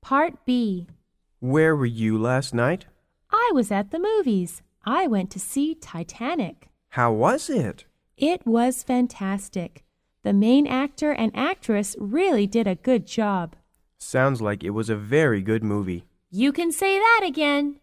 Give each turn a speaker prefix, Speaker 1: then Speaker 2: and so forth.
Speaker 1: Part B.
Speaker 2: Where were you last night?
Speaker 1: I was at the movies. I went to see Titanic.
Speaker 2: How was it?
Speaker 1: It was fantastic. The main actor and actress really did a good job.
Speaker 2: Sounds like it was a very good movie.
Speaker 1: You can say that again.